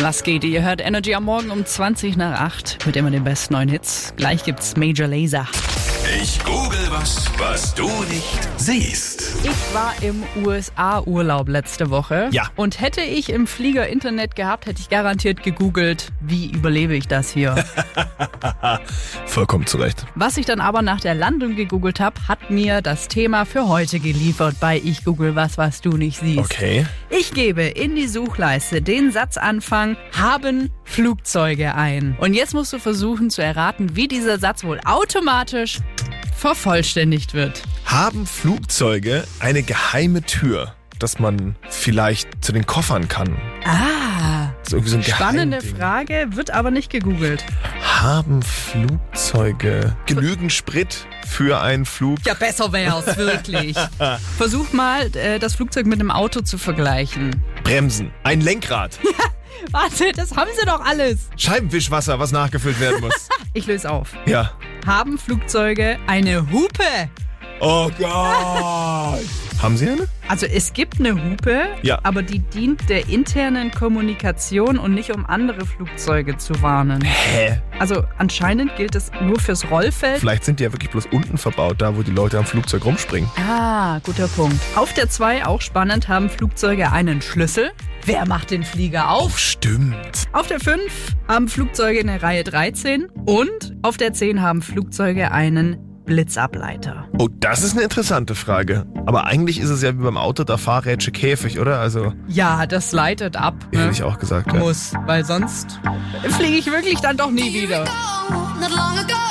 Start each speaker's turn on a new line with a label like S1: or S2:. S1: Lasky, ihr hört Energy am Morgen um 20 nach 8 mit immer den besten neuen Hits. Gleich gibt's Major Laser.
S2: Ich google was, was du nicht siehst.
S1: Ich war im USA-Urlaub letzte Woche.
S2: Ja.
S1: Und hätte ich im Flieger Internet gehabt, hätte ich garantiert gegoogelt, wie überlebe ich das hier.
S2: Vollkommen zurecht.
S1: Was ich dann aber nach der Landung gegoogelt habe, hat mir das Thema für heute geliefert bei Ich google was, was du nicht siehst.
S2: Okay.
S1: Ich gebe in die Suchleiste den Satzanfang haben Flugzeuge ein. Und jetzt musst du versuchen zu erraten, wie dieser Satz wohl automatisch vervollständigt wird.
S2: Haben Flugzeuge eine geheime Tür, dass man vielleicht zu den Koffern kann?
S1: Ah,
S2: Das ist irgendwie so ein
S1: spannende
S2: Geheimding.
S1: Frage, wird aber nicht gegoogelt.
S2: Haben Flugzeuge genügend Sprit für einen Flug?
S1: Ja, besser wär's, wirklich. Versuch mal, äh, das Flugzeug mit einem Auto zu vergleichen.
S2: Bremsen, ein Lenkrad,
S1: Warte, das haben sie doch alles.
S2: Scheibenwischwasser, was nachgefüllt werden muss.
S1: Ich löse auf.
S2: ja.
S1: Haben Flugzeuge eine Hupe?
S2: Oh Gott. Haben Sie eine?
S1: Also es gibt eine Hupe,
S2: Ja.
S1: aber die dient der internen Kommunikation und nicht um andere Flugzeuge zu warnen.
S2: Hä?
S1: Also anscheinend gilt es nur fürs Rollfeld.
S2: Vielleicht sind die ja wirklich bloß unten verbaut, da wo die Leute am Flugzeug rumspringen.
S1: Ah, guter Punkt. Auf der 2 auch spannend haben Flugzeuge einen Schlüssel. Wer macht den Flieger auf?
S2: Oh, Stimmt.
S1: Auf der 5 haben Flugzeuge eine Reihe 13 und auf der 10 haben Flugzeuge einen Blitzableiter.
S2: Oh, das ist eine interessante Frage. Aber eigentlich ist es ja wie beim Auto der Fahrrätsche Käfig, oder? Also,
S1: Ja, das leitet ab.
S2: ja,
S1: ne?
S2: hätte ich auch gesagt. Ja.
S1: Muss, weil sonst fliege ich wirklich dann doch nie wieder.
S3: Not long ago,